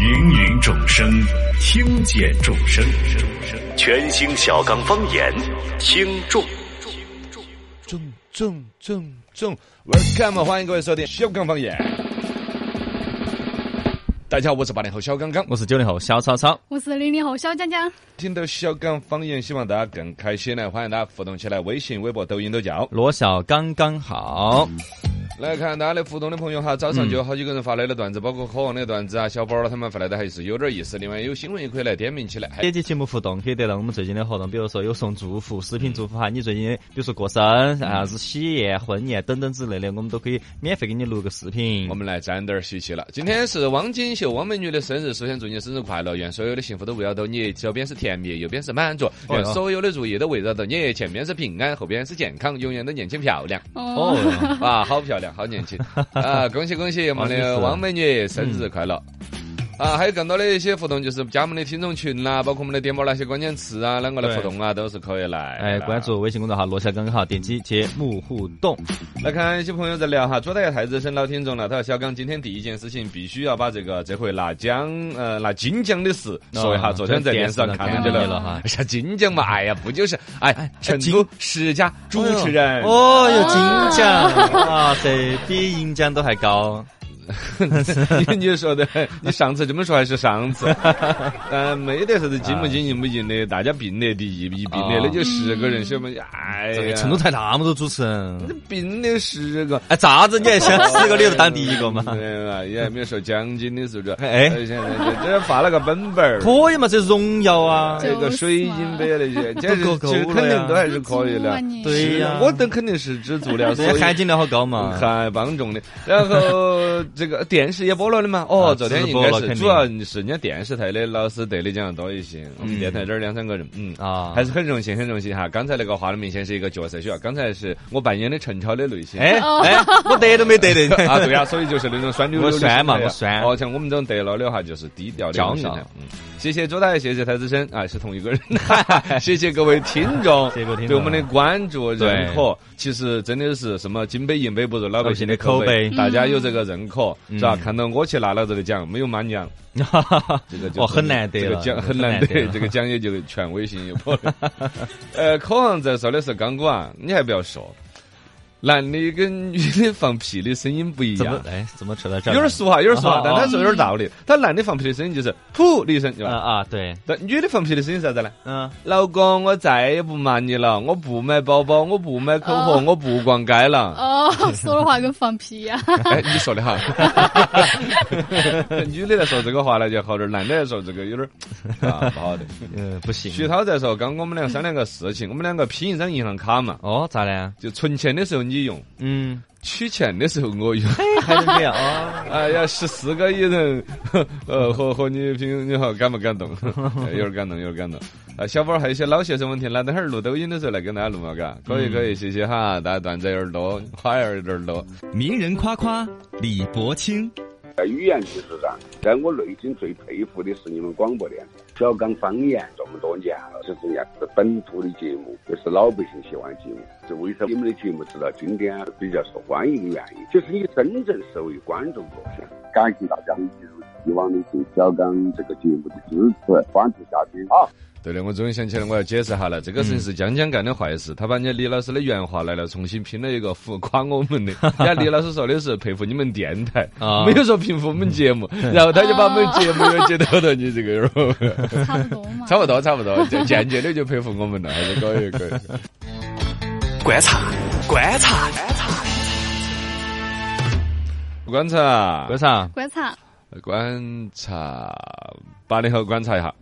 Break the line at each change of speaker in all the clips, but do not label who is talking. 芸芸众生，听见众生，全新小刚方言，听众。
正正正正，Welcome，欢迎各位收听小刚方言。大家好，我是八零后小刚刚。
我是九零后小草草，
我是零零后小江江，
听到小刚方言，希望大家更开心来，欢迎大家互动起来，微信、微博、抖音都叫。
罗小刚刚好，
嗯来看大家的互动的朋友哈，早上就有好几个人发来了段子，包括可王的段子啊，小宝儿他们发来的还是有点意思。另外有新闻也可以来点评起来。
点击节目互动可以得到我们最近的活动，比如说有送祝福、视频祝福哈，你最近比如说过生
嗯
啥子喜宴、婚宴等等之类的，我们都可以免费给你录个视频
我。们来沾点儿喜气了。今天是汪金秀汪美女的生日，首先祝你生日快乐，愿所有的幸福都围绕着你，左边是甜蜜，右边是满足，
哦哟
愿所有的如意都围绕着你，前边是平安，后边是健康，永远都年轻漂 亮。
哦，
啊，好漂亮，好年轻啊！恭喜恭喜我们
啊
的汪美女生日快乐！
嗯
啊，还有更多的一些互动，就是加我们的听众群啦、包括我们的点播那些关键词啊，啷个来互动啊，都是可以来。
哎，关。注微信公众号“罗小刚刚好”，点击节目互动。
来看一些朋友在聊哈，左大爷太资深老听众了，他说小刚今天第一件事情必须要把这个这回拿奖呃拿金奖的事说一下，
哦
昨天在电视上看见
电视上
了
看
了哈
哎呀，金奖嘛，哎呀，不就是哎
哎，
成
金
都十佳主持人啊
哦哟，金奖哇塞，比银奖都还高。
你你说的，你上次这么说还是上 次，呃，没得啥子金不金银不银的，大家并列第一，一并列
哦
那就十个人，晓得吗？哎
这
呀，
个成都台那么多主持人，
并列十个。
哎，咋子你还想四个你就
哎
当第一个嘛？
对啊吧？也还没有说奖金的素质。
哎
呃现在这这发了个本本儿，
可以嘛？这荣耀啊！
这个水晶杯那些，这是
都够
其实
够了
肯定
呀
都还是可以
知足
的
啊。你
对
是
呀哎
啊我都肯定是知足了，所
这
以
含金量好高嘛？
还帮众的，然后这个电视也播了的嘛。哦，
啊
昨天
直
应
播
该
了
是
肯
主
定
要是人家电视台的老师得的奖要多一些，我们电台这儿两三个人，嗯
嗯啊
还是很荣幸，很荣幸哈。刚才那个画的明显是一个角色需要，刚才是我扮演的陈超的类型。
哎哎，我得都没得的
啊，对呀、所以就是那种酸溜溜的
我酸嘛
心态呀
我酸
哦，像我们这种得了的话，就是低调的
骄傲
心态。嗯，谢谢周大爷，谢谢太子生，啊，是同一个 人。谢谢各位听众，
谢谢各位听众
对我们的关注
对
认可，其实真的是什么金杯银杯不如老百姓的
老
口
百姓的口
碑，
碑
大家有这个认可，
嗯
是吧？看到我去拿了这个奖，没有颁奖，这个就
哦很难得
这个
了
奖很
很
难
难得
得，
了
这个奖也就全微信有跑了。 呃，可航在说的是刚果啊，你还不要说，男的跟女的放屁的声音不一
怎么
样。
哎怎么扯到这
有
儿？
点儿俗哈，有点儿俗哈
哦，
但他是有点儿道理。他男的放屁的声音就是噗的一声，对
啊
吧？
啊对，
但女的放屁的声音是啥子呢？
嗯，
老公，我再也不骂你了，我不买包包，我不买口红，我不逛街了。
哦，说的话跟放屁一样。
哎，你说的哈，女的来说这个话呢就好点儿，男的来说这个有点儿啊不好的。
呃不行。
徐涛在说，刚我们俩商量个事情，我们两个拼一张银行卡嘛，
哦咋了？
就存钱的时候你用，
嗯，
取钱的时候我用。
嘿还能这样 哦？
哎呀，十四个亿人，呵 呃，和和你评，你好感不感动？哎有点感动，有点感动。啊，小宝还有一些老学生问题，那等会儿录抖音的时候来跟大家录嘛，嘎，可以可以，谢谢哈，大家段子有点多，花样有点多。
名人夸夸李伯清，
在语言技术上，在我内心最佩服的是你们广播电台小刚方言这么多年了，是这样是本土的节目，也是老百姓喜欢的节目。这为什么你们的节目直到今天比较受欢迎的原因，就是你真正社会观众着想。感谢大家一如既往的对小刚这个节目的支持，关注下去啊！
对的，我终于想起来，我要解释哈了。这个事情是江江干的坏事，他把人家李老师的原话来了，重新拼了一个符，夸我们的。 人家李老师说的是佩服你们电台，
啊
没有说佩服我们节目，然后他就把我们节目又接到了你这个有点儿。
差不多嘛。
差不多，差不多，就间接的就佩服我们了，还是可以，可以。
观察观察，
观察，
为啥？
观察，
观察，八零后观察一下。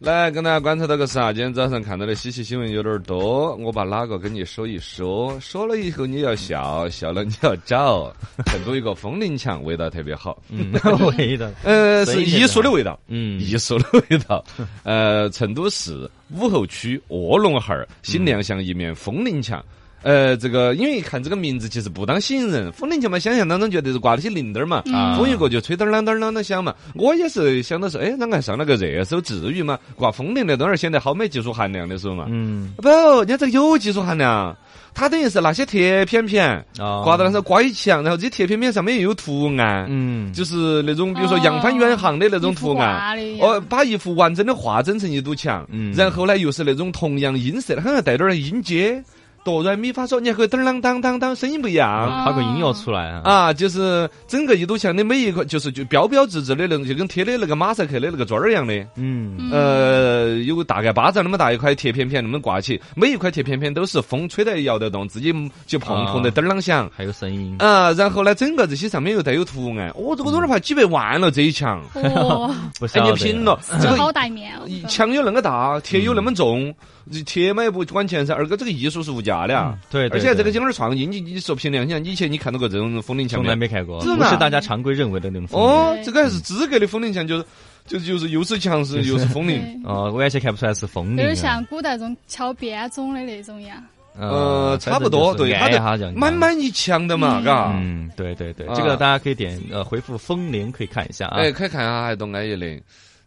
来跟大家观察到个啥？今天早上看到的稀奇新闻有点儿多，我把哪个跟你说一说，说了以后你要笑，笑了你要找。成都一个风铃墙味道特别好，
嗯，味道。
呃，
所
是
以这个
艺术的味道，
嗯，
艺术的味道。 呃，成都市武侯区卧龙巷儿新亮巷一面风铃墙。呃，这个因为看这个名字其实不当吸引人，风铃球嘛，想象当中觉得是挂了些铃铛儿嘛，
嗯
风一过就吹得儿啷当儿啷当响嘛。我也是想到是，哎，啷个还上了个热搜，至于吗？挂风铃那东西儿显得好没技术含量的时候嘛。
嗯，
不，人家这个有技术含量，它等于是那些铁片片
啊
挂到那时候挂一墙，然后这些铁片片上面又有图案。
嗯，
就是那种，比如说洋翻远航的那种图案，
哦一幅画的
哦，把一幅完整的画整成一堵墙，
嗯
然后呢又是那种同样音色的，好像带点儿音阶，哆来咪发嗦，你还可以噔儿啷当当当，声音不一样。
搞啊个音乐出来啊，
啊，就是整个一堵墙的每一个，就是就标标志志的那种，就跟贴的那个马赛克的那个砖儿一样的。
嗯，
嗯
呃，有个大概巴掌那么大一块铁片片，那么挂起，每一块铁片片都是风吹得摇得动，自己就碰碰得
啊
噔儿啷响。
还有声音，
啊，然后呢，整个这些上面又带有图案，哦，这个都哪怕几百万了这一
啊
墙，
哇，
不
哎，
晓
你
得
拼了，这
这
个
好大一面哦，
一墙有那么大，铁有那么重，这铁嘛也不管钱噻，二哥这个艺术是无价的啊，
嗯对，对
而且这个
对
在哪儿创意，你你说凭良心，你以前你看到过这种风铃墙
从
没
来
有？
没嗯看过，
真
不
的啊
是大家常规认为的那种风格。
哦，
对
这个还是资格的风铃墙，就是就就是又是墙是又是风铃，
对
哦，完全看不出来是风
有
铃啊，
点像古代这种敲编钟的那种一样，
呃，差不多，对，它
它
的
哈这样看
满。满一墙的嘛，
嗯
嘎。
嗯，对对对
啊，
这个大家可以点呃回复风铃可以看一下啊。
哎，可以看下还动安逸的。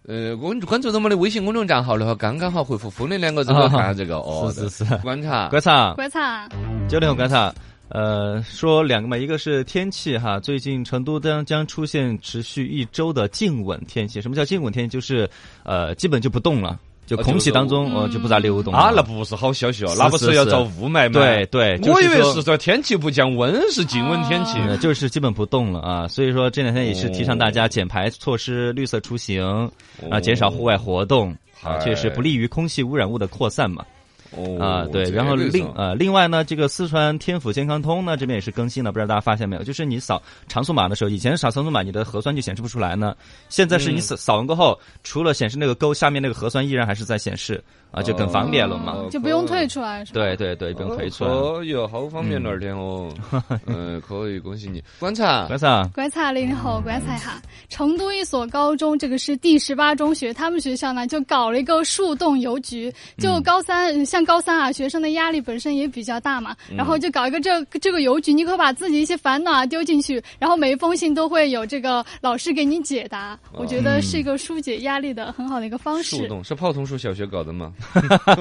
呃，关关注到我们的微信公众账号的话，刚刚好回复“风铃”两个字，我看下这个哦，
啊是是是，
观察。
观察
观察，
九零后观察，呃，说两个嘛，一个是天气哈，最近成都将将出现持续一周的静稳天气。什么叫静稳天气？就是呃，基本就不动
哦
了，就空气当中
呃
呃
就是
就不咋流动了
啊，那不是好消息哦，
是
那不是要
是
遭雾霾吗？
对，对，就
我以为
说
是说天气不降温是静温天气。
呃，就是基本不动了啊，所以说这两天也是提倡大家减排措施、绿色出行啊，减少
嗯
户外活动啊，确实不利于空气污染物的扩散嘛
哦
啊，对。然后另呃，另外呢，这个四川天府健康通呢这边也是更新了，不知道大家发现没有？就是你扫长速码的时候，以前扫长速码你的核酸就显示不出来呢，现在是
嗯
你扫扫完过后，除了显示那个勾，下面那个核酸依然还是在显示啊，就更方便了嘛。
哦
就不用退出来是吧？
对对对，不用退出来。
可以，哦好方便那儿天哦。 嗯，可以，恭喜你，啊观察
关上，
观察零零后，观察一下，成都一所高中，这个是第十八中学，他们学校呢就搞了一个树洞邮局，
嗯
就高三、像高三啊，学生的压力本身也比较大嘛，
嗯
然后就搞一个这这个邮局，你可以把自己一些烦恼啊丢进去，然后每一封信都会有这个老师给你解答，
哦
我觉得是一个疏解压力的很好的一个方
树
式。
洞是泡桐树小学搞的 吗？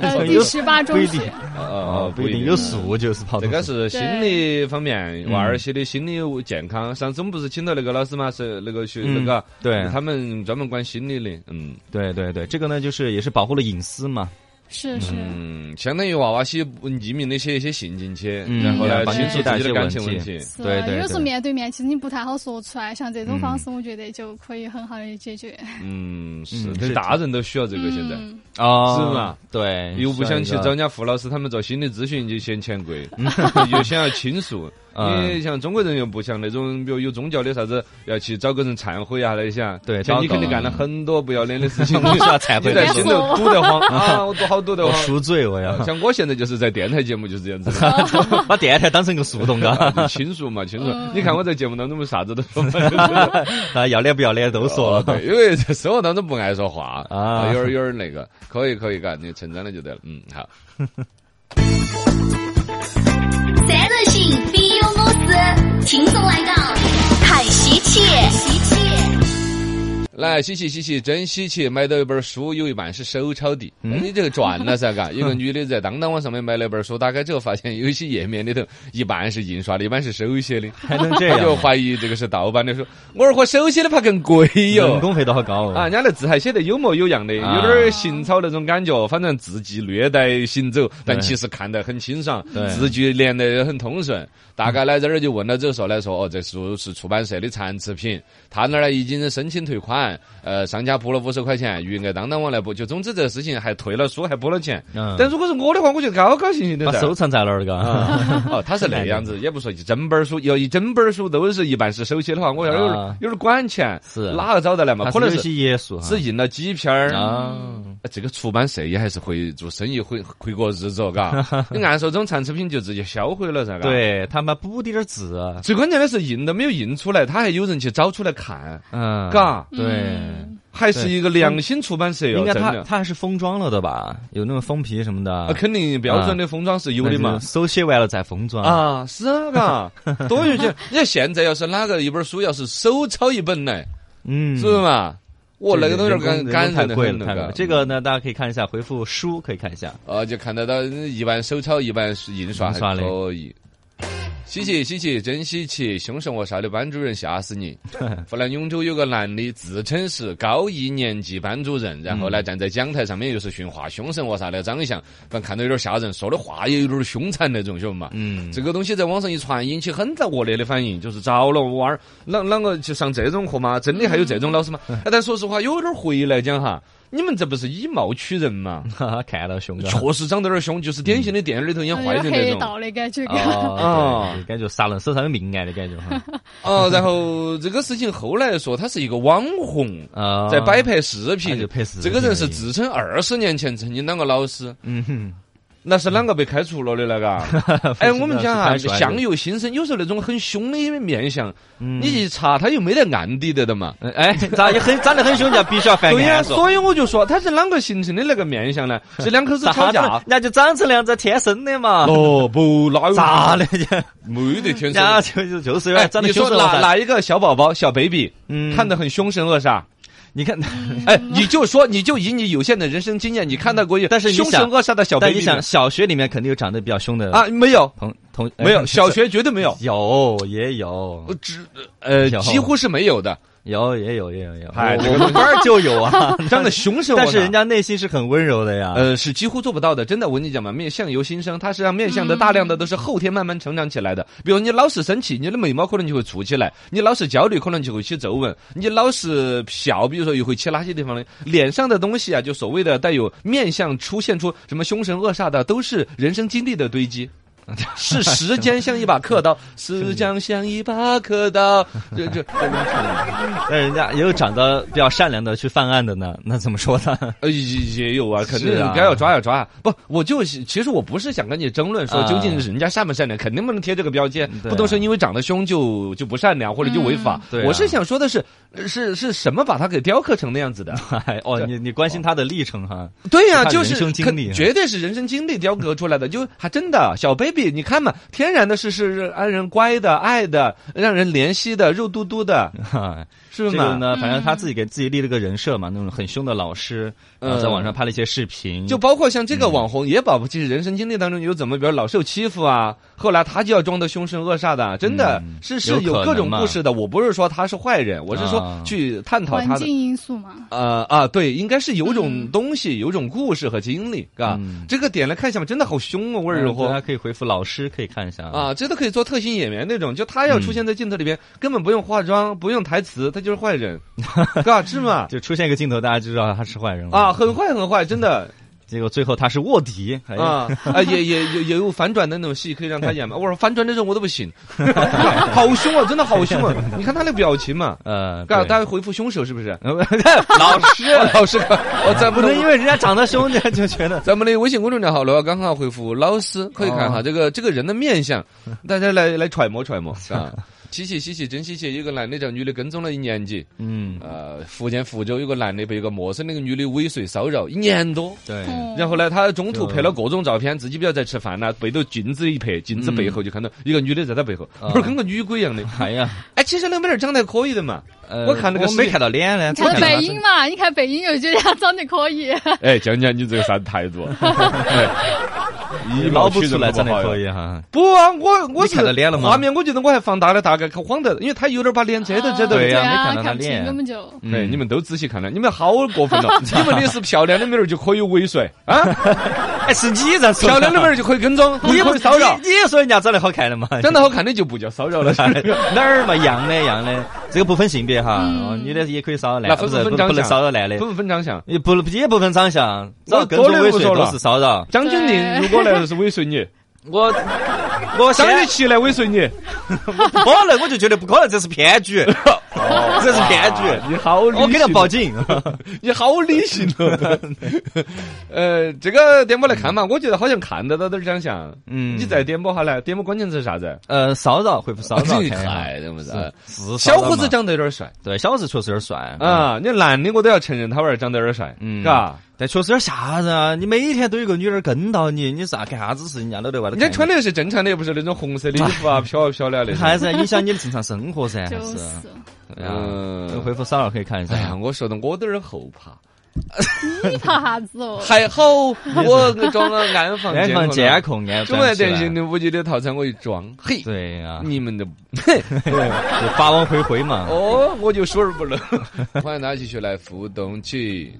呃，第十八中
不一
学
定，哦
啊啊
不一定嗯有。数就是跑
这
动
个
数
是心理方面，娃儿些的心理健康。上次我们不是请到那个老师嘛，是那个学那
嗯
个，
对
他们专门管心理的，嗯
对对对，这个呢，就是也是保护了隐私嘛。
是是。
嗯，相当于娃娃些匿名的写一些信进去，
嗯
然后呢，
把
清楚
信
自
带
己的
些
感
文
情
件
问题。
是
对对
有时候
对
面对面，其实你不太好说出来，像这种
嗯
方式，我觉得就可以很好的解决。
嗯，是，
嗯
但
是
大人都需要这个现在，
嗯
哦
是吗？
对，
又不想去找
算
人家付老师他们做心理咨询就嫌钱 贵，又想要倾诉。
嗯
你像中国人又不像那种，比如有宗教的啥子，要去找个人忏悔啊那些啊。
对
像你
祷告
肯定干了很多不要脸的事 情，你
一下，忏
你
悔
在
的
心
时
别
候，
头
说
堵得 慌啊！我多好堵得
我
慌。
赎罪我 要
像我现在就是在电台节目就是这样子的。
把电台当成个树洞 啊，
倾诉嘛，倾诉。
嗯
你看我在节目当中我啥子 都说不了，
大家啊要脸不要脸都说了。
哦 对，因为在生活当中不爱说话
啊
有点有点那个，可以可以，嘎，你成长了就得了，嗯，好。
三人行必有我师，轻松来搞，看稀奇，稀奇，
嗯
来，稀奇稀奇，真稀奇！买到一本书，有一半是手抄的。
嗯
哎你这个赚了噻，嘎！ 有个女的在当当网上面买了本书，打开之后发现有一些页面里头一半是印刷的，一半是手写的，
还能 这
她就
样？啊
怀疑这个是盗版的书。我儿豁手写的怕更贵哟
人。工费都好高
哎啊，
哦。
人家那字还写得有模有样的，有
啊
点儿行草那种感觉，反正字迹略带行走，但
对
其实看得很清爽，
对
字句连得也很通顺。大概呢，这儿就问了之后说呢，说哦，这书是出版社的残次品，他那儿呢已经申请退款，呃，商家补了五十块钱，余额当当网来补，就总之这个事情还退了书，还补了钱。
嗯
但如果是我的话，我就高高兴兴的
把
噻。
收藏在那儿嘎。
哦，他是那样子，也不说一整本儿书，要一整本儿书都是一半是手写的话，我要有点
啊
有点管钱，
是
哪个找得来嘛？
它
可能
有
是
些严肃哈
只印了几篇儿
啊，
这个出版社也还是会做生意，会会过日子哦， 嘎。你按说这种残次品就直接销毁了噻，嘎。。
对他们补点儿啊字，
啊最关键的是印都没有印出来，他还有人去找出来看，
嗯，
嘎。
对，
嗯
还是一个良心出版社哟，
应该
哎真
它
的。
它还是封装了的吧？有那种封皮什么的。
啊，肯定标准的封装是有的嘛
那就。手写完了再封装。
啊，是啊， 嘎，多有劲！你看现在要是哪个一本书要是手抄一本来，
嗯，
是不是嘛？我那个都有点
人工
感
人工
感人
太
的
贵
很，
了，
那
太贵
个
了。这个呢，大家可以看一下，回复书可以看一下。
啊，就看得到一般手抄，一般是印刷
印刷
还
的
可以。稀奇稀奇，真稀奇！凶神恶煞的班主任吓死 你！湖南永州有个男的自称是高一年级班主任，然后
嗯
呢站在讲台上面又是训话凶神恶煞的长相，反正看着有点吓人，说的话也有点凶残那种，晓得嘛？
嗯，
这个东西在网上一传，引起很大恶劣的反应，就是糟了，娃儿啷啷个去上这种课嘛？真的还有这种老师吗？
嗯
哎但说实话，有点回来讲哈，你们这不是以貌取人嘛？
哈哈，看到凶 的。
确实长得有点凶，就是典型的电影里头演
有
坏
点
人
哎黑
那
道
种。
的感觉。
哦，
啊
对感觉杀人手上有命案的感觉 哈。
哦，然后这个事情后来说他是一个网红。
啊，
在摆拍视
他
频
就拍视，频
这个人是
而已
自称二十年前曾经当过老师，
嗯哼，那
那是啷个被开除了的那 个？哎，我们讲哈，
是开除了
相由心生，有时候那种很凶的面相，
嗯
你一查他又没得案底的的嘛。
呃哎，长也很长得很凶，人家必须要翻
对呀、
案子。
所以我就说他是啷个形成的那个面相呢？是两口子
咋
吵
嗯的？
架
人？家就长成那样子，天生的嘛。
哦不，哪有
咋 的？人家
没得天生。
人家就就就是有
哎
点长，得
你
凶
说
神恶
哪
煞。
哪一个小宝宝、小 baby，
嗯
看得很凶神恶煞？
你看，
哎，你就说，你就以你有限的人生经验，你看到过一，
但是你
凶
想
神恶煞的小
但你
baby
想，
呢
小学里面肯定有长得比较凶的
啊，没有，
同同哎
没有，小学绝对没有，
有也有
我只呃
有
几乎是没有的，
有也有也有也有，
哎
我
这个
我们班儿就 有啊。
长得凶神恶煞。
但是人家内心是很温柔的呀。
呃，是几乎做不到的。真的，我跟你讲嘛，面相由心生，它实际上面相的大量的都是后天慢慢成长起来的。比如你老是生气，你的眉毛可能就会蹙起来；你老是焦虑，可能就会起皱纹；你老是笑，比如说又会起哪些地方呢？脸上的东西啊，就所谓的带有面相出现出什么凶神恶煞的，都是人生经历的堆积。是时间像一把刻刀，时间像一把刻刀。这这，
但人家也有长得比较善良的去犯案的呢， 那怎么说呢？
呃，也也有啊，肯定
是啊
该要抓要抓啊。不，我就是其实我不是想跟你争论说
啊
究竟人家善不善良，肯定不能贴这个标签，
对啊
不能说因为长得凶就就不善良或者就违法。
对啊
我是想说的是，是是什么把他给雕刻成那样子的？
哎，哦，
这
你你关心他的历程哈？
对呀、
是他
就
人
是
生经
肯
历啊
绝对是人生经历雕刻出来的。就还真的小 baby，你看嘛，天然的是是让人乖的、爱的、让人怜惜的、肉嘟嘟的，
哈
是
这
不是
个
嘛？
呢，反正他自己给自己立了个人设嘛，那种很凶的老师，然后在网上拍了一些视频，
嗯就包括像这个网红野宝，其实人生经历当中有怎么，比如老受欺负啊，后来他就要装的凶神恶煞的，真的
嗯
是是
有
有
可
各种
能嘛
故事的。我不是说他是坏人，我是说
啊
去探讨
环
他的
境。嗯因 素嘛，
呃啊，对，应该是有种东西，有种故事和经历，啊
嗯，
这个点来看一下嘛，真的好凶哦，味儿
大家
哦。
可以回复老师，可以看一下
啊，这都可以做特型演员那种，就他要出现在镜头
嗯
里边，根本不用化妆，不用台词，他就是坏 人，嘎是吗？
就出现一个镜头，大家就知道他是坏人了
啊，。很坏很坏，真的。
结果最后他是卧底，哎呀
啊啊，也也也也有反转的那种戏可以让他演嘛。我说反转那种我都不行， 好凶啊，真的好凶啊！你看他那个表情嘛，
呃，
嘎，
对？
大家回复凶手是不是
老师
老师，我咱
不
不
能
能
因为人家长得凶，就就觉得
咱们的微信公众号“罗小刚好”回复“老师”，可以看哈、
哦
这个这个人的面相，大家来来揣摩揣摩啊。稀奇稀奇，真稀奇！有个男的叫女的跟踪了一年级，
嗯，
呃，福建福州有个男的被一个陌生那个女的尾随骚扰一年多，
对，
嗯
然后呢，他中途
就
拍了各种照片，自己比如在吃饭呐、背到镜子一拍，镜子背后就看到一个女的在他背后，
啊
不是跟个女鬼一样的。
哎呀，
哎，其实那个妹儿长得还可以的 嘛。
呃
我看那个
我没
视频
看到脸呢，
看
只
北
到
音
啊
嘛，你看北音我觉得他长得可 以，啊
哎，讲讲你这个啥子态 度？
你捞不出来，真的可以哈。
不啊，我我是
你看到脸了吗
画面我觉得我还放大了大概，看晃的，因为他有点把脸遮到遮到
对嗯
的。
呀没
啊，
看到他
看不清
练
根本就
哎，你们都仔细看了，你们好过 分了！你们的是漂亮的妹儿就可以尾随啊，
哎，是你在说
漂亮的妹儿就可以跟踪，你可以骚 扰
你，你也说人家长得好看的嘛？
长得好看的就不叫骚扰了。是不是
哪儿嘛，一样的，一样的，这个不分性别哈，
嗯
哦女的也可以骚扰
那
男，
分
不
啊不
是
分
不
长
不能
相，
骚扰男的
分，不分长相。
也不也不分长相，只要
我
跟踪
多的
尾
不
随
说
都
了
是骚扰。
张钧甯如果来了是尾随 你，
我我
张
现在
雨绮来尾随你， 哦
不可能，我就觉得不可能，这是骗局。 这是骗局，
你好理性，
我给他报警。
你好理性哦。 呃，这个点播来看嘛，我觉得好像看得到点儿奖项。
嗯
你再点播下来，点播关键词是啥子？
呃，骚扰回复骚扰，
你
看一下
看怎么子？
是
小
骚扰
伙子
嘛
长得有点帅
对，小伙子确实有点帅啊，
啊！你看男的我都要承认他娃儿长得有点帅，
嗯
是吧？
但确实有点吓人啊！你每天都有个女人跟到你，你咋干啥子事情啊人家都在外头
人
看你。
家穿的是正常的，嗯又不是那种红色的衣服啊，飘啊飘的啊 那种。
还是影响你的正常生活噻，还
就是 是
对啊
嗯
这个回复骚扰可以看一
哎呀，
下。
我说的我都有点后怕。
你怕啥 子哦？
还好我装了安防
安防监
监控
控安
了，中外
装起
电信
来。
的五 G 的套餐我一装，嘿，
对呀，
你们的
就法网恢恢嘛。
哦，我就说而不漏。 欢迎大家继续来互动起，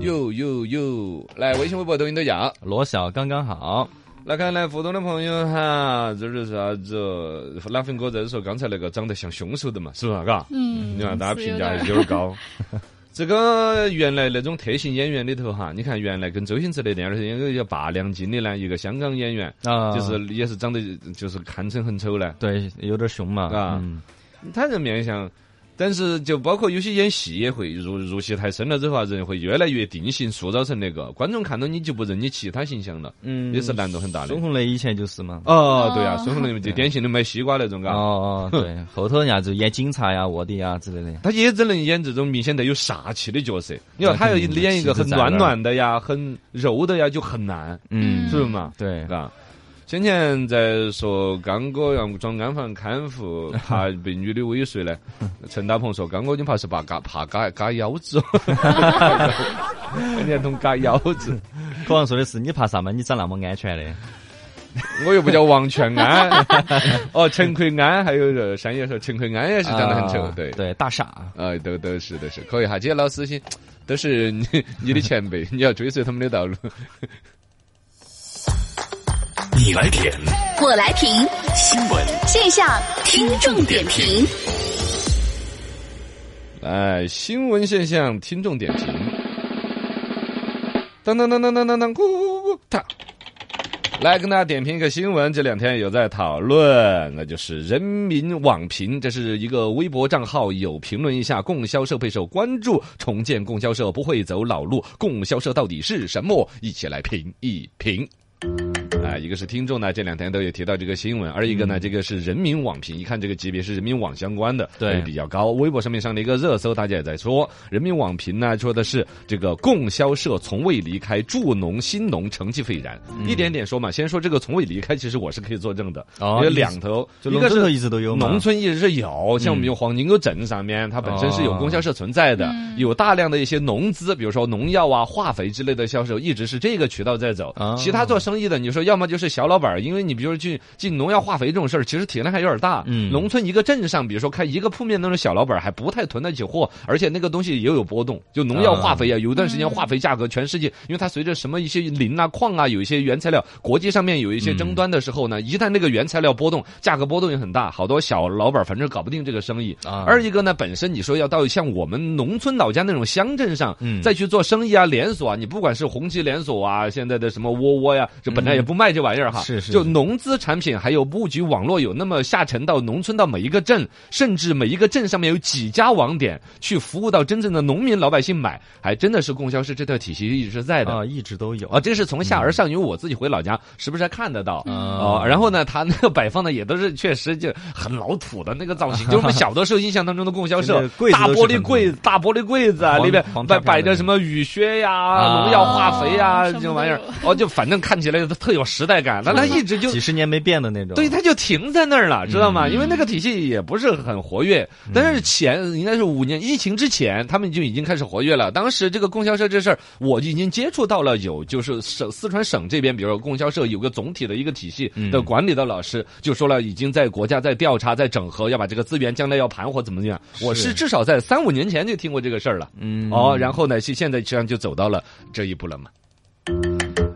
哟哟哟，来微信、微博、抖音都要。
罗小刚刚好，
来看来互动的朋友哈，这是啥子？拉芬哥在这说刚才那个长得像凶手的嘛，是不是？嘎，
嗯，
你看大家
是
评
有
价还
点
是有啊点 高。这个原来那种特型演员里头哈，你看原来跟周星驰的电影，有一个叫八两金的呢，一个香港演员，
啊，
就是也是长得就是堪称很丑呢，
对，有点凶嘛，
啊
嗯
他人面相。但是，就包括有些演戏也会入入戏太深了之后啊，人会越来越定型，塑造成那个观众看到你就不认你其他形象了，
嗯
也是难度很大的
孙。红雷以前就是嘛。
哦，对呀、啊，
哦
孙红雷就典型的卖西瓜那种，嘎、
哦哦，对，后头人家就演警察呀、卧底呀之类的。
他也只能演这种明显带有煞气的角色。你看，
那
他要
肯定的
演一个
气质
很
在
暖
那儿
暖的呀、很柔的呀，就很难，
嗯，
是不是嘛？
对，
嘎。先前在说刚哥要装安防看护，怕被女的尾随呢。陈大鹏说：“刚哥，你怕是怕嘎怕嘎嘎腰子哦，连同嘎腰子。
渴望说的是你怕啥嘛？你长那么安全的，
我又不叫王全安，哦，陈奎安，还有这山野说陈奎安也是长得很丑，
啊
对，
对，大傻。
啊，都都是都是可以哈，这些老师些都是你你的前辈，你要追随他们的道路。
你来点
我来评
新闻，
线下听众点评。
来，新闻现象，听众点评。当当当当当当当，咕咕咕咕，哒。来跟大家点评一个新闻，这两天有在讨论，那就是人民网评，这是一个微博账号有评论一下供销社备受关注，重建供销社不会走老路，供销社到底是什么？一起来评一评。啊，一个是听众呢，这两天都有提到这个新闻，而一个呢，
嗯
这个是人民网评，一看这个级别是人民网相关的，
对
还比较高。微博上面上的一个热搜，大家也在说，人民网评呢说的是这个供销社从未离开，助农兴农成绩斐然，
嗯
一点点说嘛。先说这个从未离开，其实我是可以作证的，
哦
因为两头，
就
一
龙
个
舟头
是
一直都有嗯嘛
农村一直是有，像我们有黄金沟镇上面，它本身是
哦
有供销社存在的，有大量的一些农资，比如说农药啊、化肥之类的销售，一直是这个渠道在走。
哦
其他做生意的，你说要么就是小老板儿，因为你比如说进进农药化肥这种事儿，其实体量还有点大。
嗯
农村一个镇上，比如说开一个铺面那种小老板儿，还不太囤得起货，而且那个东西也有波动，就农药
哦
化肥啊，有一段时间化肥价格全世界，因为它随着什么一些磷啊、矿啊，有一些原材料，国际上面有一些
嗯
争端的时候呢，一旦那个原材料波动，价格波动也很大，好多小老板儿反正搞不定这个生意。
啊
二一个呢，本身你说要到像我们农村老家那种乡镇上，
嗯
再去做生意啊，连锁啊，你不管是红旗连锁啊，现在的什么窝窝呀，这本来也不卖这玩意儿哈，
是是
就农资产品还有布局网络有那么下沉到农村到每一个镇，甚至每一个镇上面有几家网点去服务到真正的农民老百姓买，还真的是供销社这套体系一直是在的。
啊，一直都有
啊，这是从下
嗯
而上，因为我自己回老家，时不时还看得到。哦
啊，，
然后呢，他那个摆放的也都是确实就很老土的那个造型，就是我们小的时候印象当中的供销社
真的柜，子
大
都是
玻璃
很
柜、大玻璃柜子啊，
黄
里边
黄
摆
飘飘
摆
的
着什么雨靴呀、
啊
农药化肥呀
哦
这
什
种
么
玩意儿
都，
哦，就反正看起来特有时代感，但它一直就
几十年没变的那种。
对，它就停在那儿了，知道吗？因为那个体系也不是很活跃，但是前应该是五年疫情之前，他们就已经开始活跃了。当时这个供销社这事儿，我已经接触到了有，就是省四川省这边，比如说供销社有个总体的一个体系的管理的老师就说了，已经在国家在调查、在整合，要把这个资源将来要盘活怎么样。我是至少在三五年前就听过这个事儿了。
嗯，
哦，然后呢，是现在实际上就走到了这一步了嘛。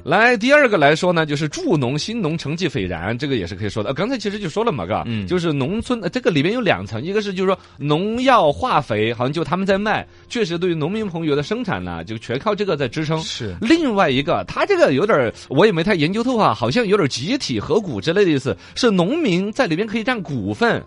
来，第二个来说呢，就是助农兴农成绩斐然，这个也是可以说的。呃刚才其实就说了嘛，嘎，
嗯
就是农村、呃这个里面有两层，一个是就是说农药化肥，好像就他们在卖，确实对于农民朋友的生产呢，就全靠这个在支撑。
是
另外一个，他这个有点儿我也没太研究透啊，好像有点儿集体合股之类的意思，是农民在里面可以占股份。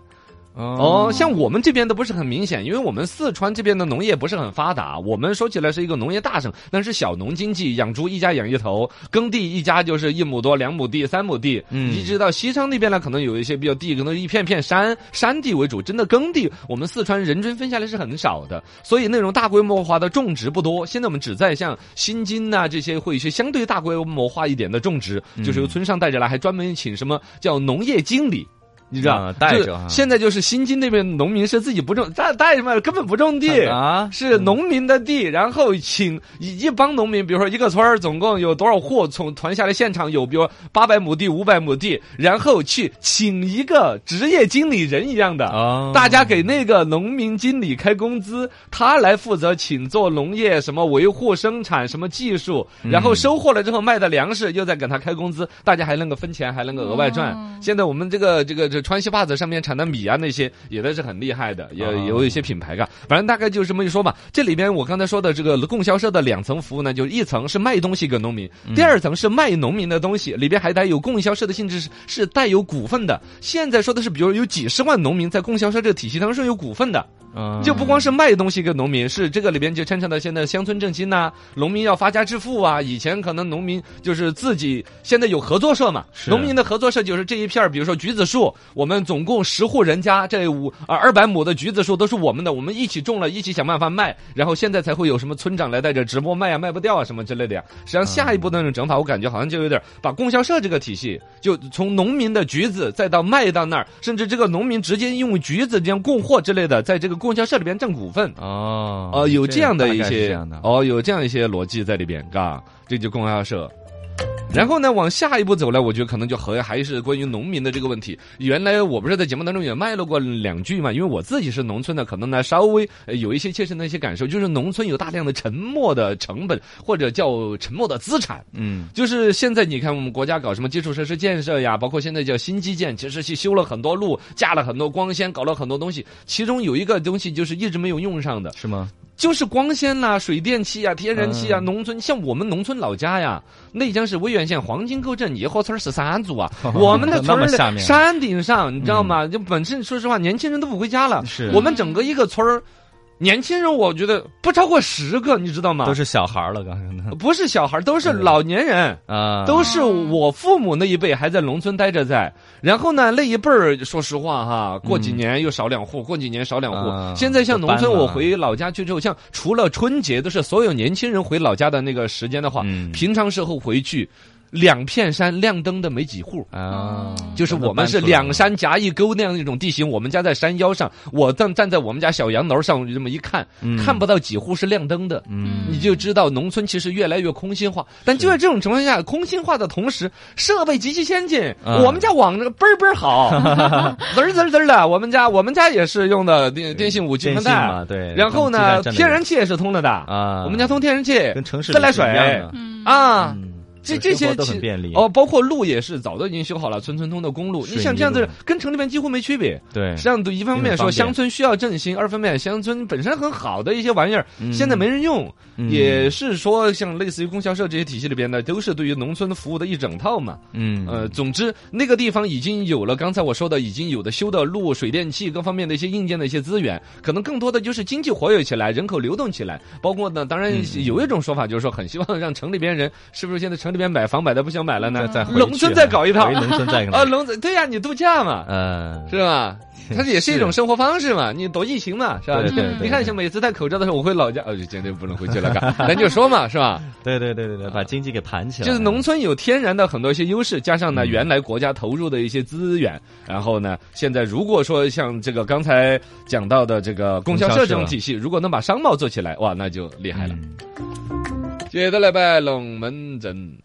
哦，像我们这边的不是很明显，因为我们四川这边的农业不是很发达。我们说起来是一个农业大省，但是小农经济，养猪一家养一头，耕地一家就是一亩多、两亩地、三亩地，
嗯
一直到西昌那边呢，可能有一些比较地，可能一片片山山地为主，真的耕地，我们四川人均分下来是很少的，所以那种大规模化的种植不多。现在我们只在像新津呐、这些会一些相对大规模化一点的种植，就是由村上带着来，还专门请什么叫农业经理。你知道，
啊带着
就是
啊
现在就是新津那边农民是自己不种，带带什么根本不种地
啊
是农民的地，然后请一一帮农民，比如说一个村儿总共有多少户，从团下来现场有，比如八百亩地、五百亩地，然后去请一个职业经理人一样的，
哦
大家给那个农民经理开工资，他来负责请做农业什么维护、生产什么技术，然后收获了之后卖的粮食又再给他开工资，大家还能够分钱，还能够额外赚。现在我们这个这个这川西坝子上面产的米啊那些也都是很厉害的，也
哦
有一些品牌噶。反正大概就这么一说吧。这里边我刚才说的这个供销社的两层服务呢，就是一层是卖东西给农民，第二层是卖农民的东西，里边还带有供销社的性质是是带有股份的。现在说的是，比如有几十万农民在供销社这个体系当中是有股份的。
嗯
就不光是卖东西给农民，是这个里边就牵扯到现在乡村振兴呐、农民要发家致富啊。以前可能农民就是自己，现在有合作社嘛，
是
农民的合作社就是这一片儿比如说橘子树，我们总共十户人家，这五啊二百亩的橘子树都是我们的，我们一起种了，一起想办法卖，然后现在才会有什么村长来带着直播卖啊，卖不掉啊什么之类的呀。实际上下一步的那种整法，我感觉好像就有点儿把供销社这个体系，就从农民的橘子再到卖到那儿，甚至这个农民直接用橘子这样供货之类的，在这个供销社里边占股份。
哦
哦，有这样的一
大概是
些
这样的
哦，有这样一些逻辑在里边，嘎，这就供销社。然后呢，往下一步走呢，我觉得可能就和还是关于农民的这个问题。原来我不是在节目当中也卖了过两句嘛，因为我自己是农村的，可能呢稍微呃有一些切身的一些感受，就是农村有大量的沉没的成本，或者叫沉没的资产。
嗯
就是现在你看我们国家搞什么基础设施建设呀，包括现在叫新基建，其实是修了很多路，架了很多光纤，搞了很多东西。其中有一个东西就是一直没有用上的，
是吗？
就是光纤呐、水电气呀、天然
嗯
气呀、啊农村像我们农村老家呀，内江市威远县黄金沟镇野河村儿十三组 啊，我们的
哦那
村
么
儿
下
的
面嗯
山顶上，你知道吗？就本身说实话，年轻人都不回家了。
是
我们整个一个村儿，年轻人我觉得不超过十个，你知道吗？
都是嗯小孩儿了，刚才呢
不是小孩儿，都是老年人。
啊，
都是我父母那一辈还在农村待着在，然后呢那一辈儿，说实话哈，过几年又少两户，过几年少两户。
嗯啊
现在像农村，
就搬了
我回老家去之后，像除了春节都是所有年轻人回老家的那个时间的话，
嗯
平常时候回去，两片山亮灯的没几户。
啊，
就是我们是两山夹一沟那样一种地形，我们家在山腰上，我站站在我们家小洋楼上这么一看，
嗯
看不到几户是亮灯的，你就知道农村其实越来越空心化。但就在这种情况下，空心化的同时，设备极其先进，
嗯
我们家网这倍儿倍儿 好，滋儿滋儿滋儿的。我们家我们家也是用的电电信五 G
电
宽
信
带
嘛，，对，
然后
跟基
呢
站，站
天
着
然气也是通了的
啊
我们家通天然气，
跟城市
自来
里是一样
水
的
嗯
啊。
嗯
这
就
这
生活
些
都很
其
便利
哦，包括路也是早都已经修好了，村村通的公路。
水
你想这样
泥
子
路，
跟城里面几乎没区别。
对
实际上，对一方面说
也很方便
乡村需要振兴，二方面乡村本身很好的一些玩意儿，现在没人用，
嗯
也是说像类似于供销社这些体系里边的，都是对于农村服务的一整套嘛。
嗯
呃，总之那个地方已经有了刚才我说的已经有的修的路、水电气各方面的一些硬件的一些资源，可能更多的就是经济活跃起来，人口流动起来。包括呢，当然有一种说法就是说，很希望让城里边人是不是现在城里边买房买的不想买了呢？
再回
农
去
村再搞一套
回农村再搞
啊，，农村对呀、你度假嘛，
呃，
是吧？它也是一种生活方式嘛，你躲疫情嘛，是吧？
对对
对
你看，像每次戴口罩的时候，我回老家，呃，绝对不能回去了， 嘎咱就说嘛，是吧？
对对对对对，把经济给盘起来，
就是农村有天然的很多一些优势，加上呢原来国家投入的一些资源，然后呢现在如果说像这个刚才讲到的这个供销社这种体系，如果能把商贸做起来，哇，那就厉害了。
嗯
接着来摆龙门阵。